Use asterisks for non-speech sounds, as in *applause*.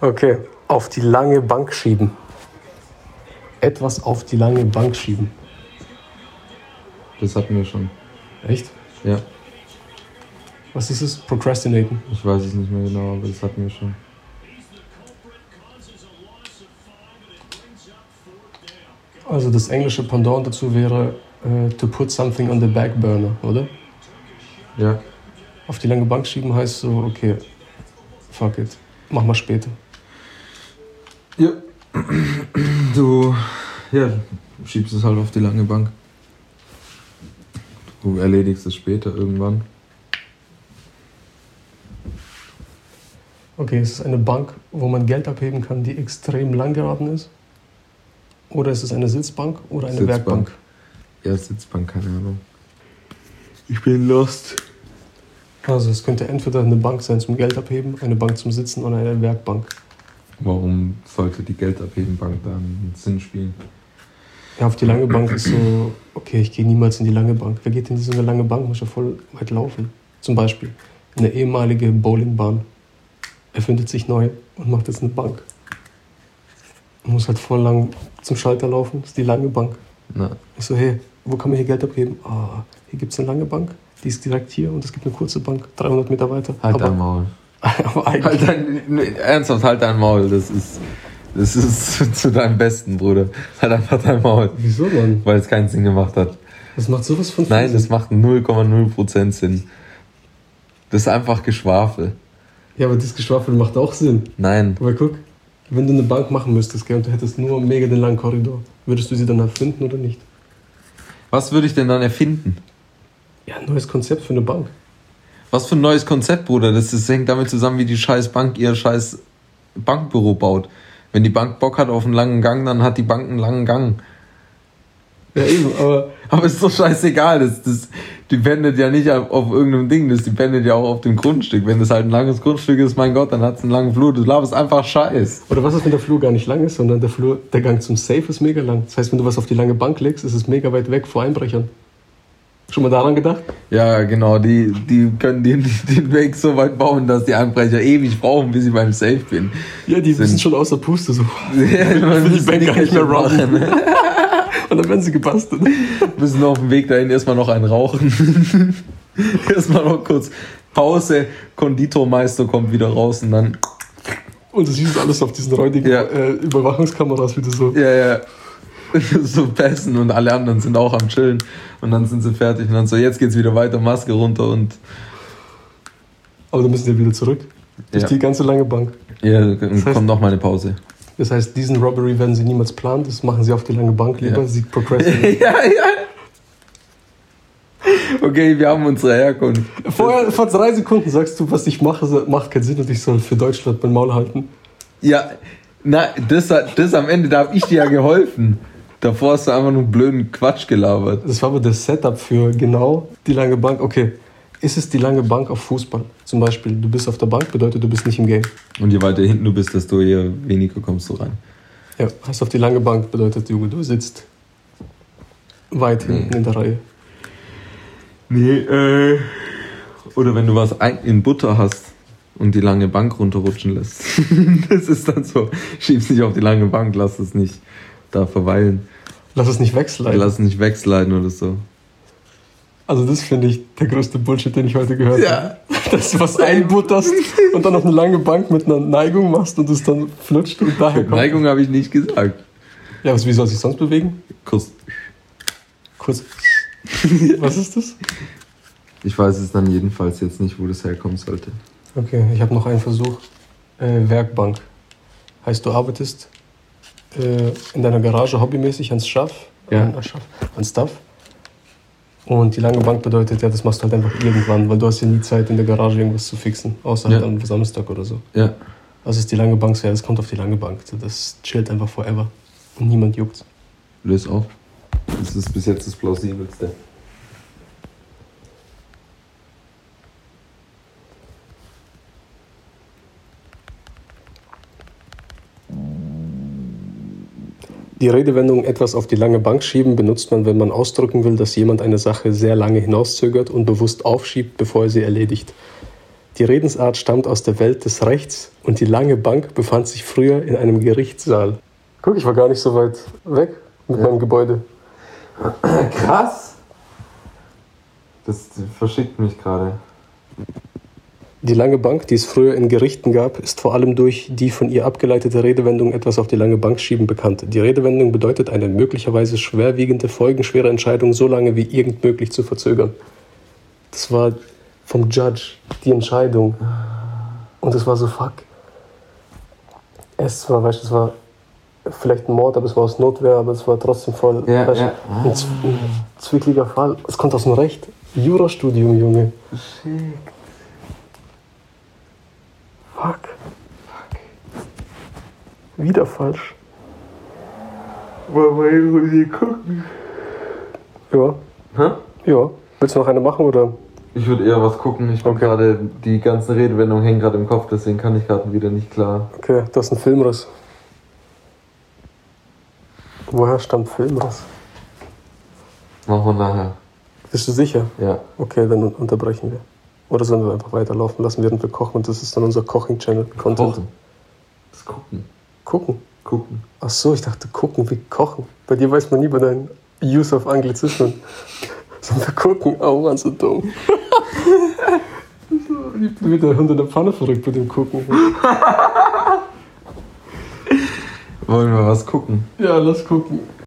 Okay. Auf die lange Bank schieben. Etwas auf die lange Bank schieben. Das hatten wir schon. Echt? Ja, Was ist es? Procrastinaten. ich weiß es nicht mehr genau, aber das hatten wir schon. Also das englische Pendant dazu wäre äh, to put something on the back burner, oder? Ja, Auf die lange Bank schieben heißt so, okay, fuck it, mach mal später. du ja, schiebst es halt auf die lange Bank. Du erledigst es später irgendwann. Okay, ist es eine Bank, wo man Geld abheben kann, die extrem lang geraten ist? Oder ist es eine Sitzbank oder eine Sitzbank. Werkbank? Ja, Sitzbank, keine Ahnung. Ich bin lost. Also es könnte entweder eine Bank sein zum Geld abheben, eine Bank zum Sitzen oder eine Werkbank. Warum sollte die Geldabhebenbank da einen Sinn spielen? Ja, auf die lange Bank ist so, okay, ich gehe niemals in die lange Bank. Wer geht in so eine lange Bank? Muss ja voll weit laufen. Zum Beispiel eine ehemalige Bowlingbahn erfindet sich neu und macht jetzt eine Bank. Muss halt voll lang zum Schalter laufen, ist die lange Bank. Na, Ich so, hey, wo kann man hier Geld abheben? Ah, hier gibt es eine lange Bank, die ist direkt hier und es gibt eine kurze Bank, 300 Meter weiter. halt dein aber, Maul. *laughs* aber Halt eigentlich, dein, nee, ernsthaft, halt dein Maul. Das ist, das ist *laughs* zu deinem Besten, Bruder. Halt einfach dein Maul. wieso, Mann? Weil es keinen Sinn gemacht hat. Das macht sowas von Nein, viel das macht 0,0% Sinn. Das ist einfach Geschwafel. Sinn. Ja, aber dieses Geschwafel macht auch Sinn. Nein. Aber guck, wenn du eine Bank machen müsstest, gell, und du hättest nur mega den langen Korridor, würdest du sie dann erfinden oder nicht? Was würde ich denn dann erfinden? Ja, ein neues Konzept für eine Bank. Was für ein neues Konzept, Bruder. Das, das hängt damit zusammen, wie die scheiß Bank ihr scheiß Bankbüro baut. Wenn die Bank Bock hat auf einen langen Gang, dann hat die Bank einen langen Gang. Ja, eben, aber Aber ist doch scheißegal. Das, das dependet ja nicht auf, auf irgendeinem Ding. Das dependet ja auch auf dem Grundstück. Wenn das halt ein langes Grundstück ist, mein Gott, dann hat es einen langen Flur. Du laberst einfach Scheiß. oder was ist, wenn der Flur gar nicht lang ist, sondern der Flur, der Gang zum Safe ist mega lang. Das heißt, wenn du was auf die lange Bank legst, ist es mega weit weg vor Einbrechern. Schon mal daran gedacht? Ja, genau. Die, die können den, *laughs* den Weg so weit bauen, dass die Einbrecher ewig brauchen, bis ich beim Safe bin. Ja, die Sinn. sind schon außer Puste so. Ja, man *laughs* *laughs* will die muss Bank gar nicht mehr machen, *laughs* robben. ne? Und dann werden sie gebastelt. müssen auf dem Weg dahin erstmal noch einen rauchen. *laughs* erstmal noch kurz Pause, Konditormeister kommt wieder raus und dann. Und du siehst es alles auf diesen räudigen Ja. äh, Überwachungskameras, wie du so. Ja, ja. *laughs* So passen und alle anderen sind auch am Chillen. Und dann sind sie fertig und dann so, jetzt geht's wieder weiter, Maske runter und. Aber dann müssen sie wieder zurück. Durch Ja, die ganze lange Bank. ja dann heißt- kommt noch mal eine Pause. Das heißt, diesen Robbery werden sie niemals planen, das machen sie auf die lange Bank lieber, Ja. sie *laughs* ja, progressen. ja. Okay, wir haben unsere Herkunft. Vorher, vor drei Sekunden sagst du, was ich mache, so- macht keinen Sinn und ich soll für Deutschland mein Maul halten. Ja, na, das, hat- das am Ende, da hab ich dir ja geholfen. Davor hast du einfach nur blöden Quatsch gelabert. Das war aber das Setup für genau die lange Bank. Okay, ist es die lange Bank auf Fußball? Zum Beispiel, du bist auf der Bank, bedeutet, du bist nicht im Game. Und je weiter hinten du bist, desto eher weniger kommst du rein. Ja, heißt auf die lange Bank, bedeutet, Junge, du sitzt weit hinten Hm. in der Reihe. Nee, äh. Oder wenn du was ein- in Butter hast und die lange Bank runterrutschen lässt. *laughs* das ist dann so. Schieb's nicht auf die lange Bank, lass es nicht da verweilen. Lass es nicht wegsliden. Lass es nicht wegsliden oder so. Also das finde ich der größte Bullshit, den ich heute gehört habe. *laughs* Ja. dass du was einbutterst und dann auf eine lange Bank mit einer Neigung machst und es dann flutscht und daher kommt. Neigung habe ich nicht gesagt. Ja, was, wie soll sich sonst bewegen? Kuss. *laughs* Kurz. Was ist das? Ich weiß es dann jedenfalls jetzt nicht, wo das herkommen sollte. Okay, ich habe noch einen Versuch. Äh, Werkbank. Heißt, du arbeitest äh, in deiner Garage hobbymäßig ans Schaff, Ja. an, ans Schaff, ans Stuff. Und die lange Bank bedeutet ja, das machst du halt einfach irgendwann, weil du hast ja nie Zeit in der Garage irgendwas zu fixen, außer halt Ja. am Samstag oder so. Ja. Also ist die lange Bank, so, ja, das kommt auf die lange Bank. So, Das chillt einfach forever. Und niemand juckt. Löse auf. Das ist bis jetzt das plausibelste. Die Redewendung etwas auf die lange Bank schieben benutzt man, wenn man ausdrücken will, dass jemand eine Sache sehr lange hinauszögert und bewusst aufschiebt, bevor er sie erledigt. Die Redensart stammt aus der Welt des Rechts und die lange Bank befand sich früher in einem Gerichtssaal. Guck, ich war gar nicht so weit weg mit meinem Gebäude. Krass! Das verschickt mich gerade. Die lange Bank, die es früher in Gerichten gab, ist vor allem durch die von ihr abgeleitete Redewendung etwas auf die lange Bank schieben bekannt. Die Redewendung bedeutet eine möglicherweise schwerwiegende Folgen schwerer Entscheidungen so lange wie irgend möglich zu verzögern. Das war vom Judge die Entscheidung. Und es war so, fuck. Es war, weißt du, es war vielleicht ein Mord, aber es war aus Notwehr, aber es war trotzdem voll Ja, weißt du, ja. ein zw- ein zwickliger Fall. Es kommt aus dem Recht. Jurastudium, Junge. Schick. Fuck. Wieder falsch. Mal mal hier gucken. Ja, Hä? ja. Willst du noch eine machen oder? Ich würde eher was gucken. Ich bin gerade, die ganzen Redewendungen hängen gerade im Kopf, deswegen kann ich gerade wieder nicht klar. Okay, das ist ein Filmriss. Woher stammt Filmriss? Machen wir nachher. Bist du sicher? Ja. Okay, dann un- unterbrechen wir. Oder sollen wir einfach weiterlaufen lassen, während wir kochen? Und das ist dann unser Koching-Channel-Content. Kochen. Das Gucken. Gucken. Gucken. Ach so, ich dachte gucken wie kochen. Bei dir weiß man nie bei deinen Use of Anglizismen. *laughs* Sondern wir gucken, oh man, so dumm. Ich bin mit der Hund in der Pfanne verrückt mit dem Gucken. Wollen wir was gucken? Ja, lass gucken.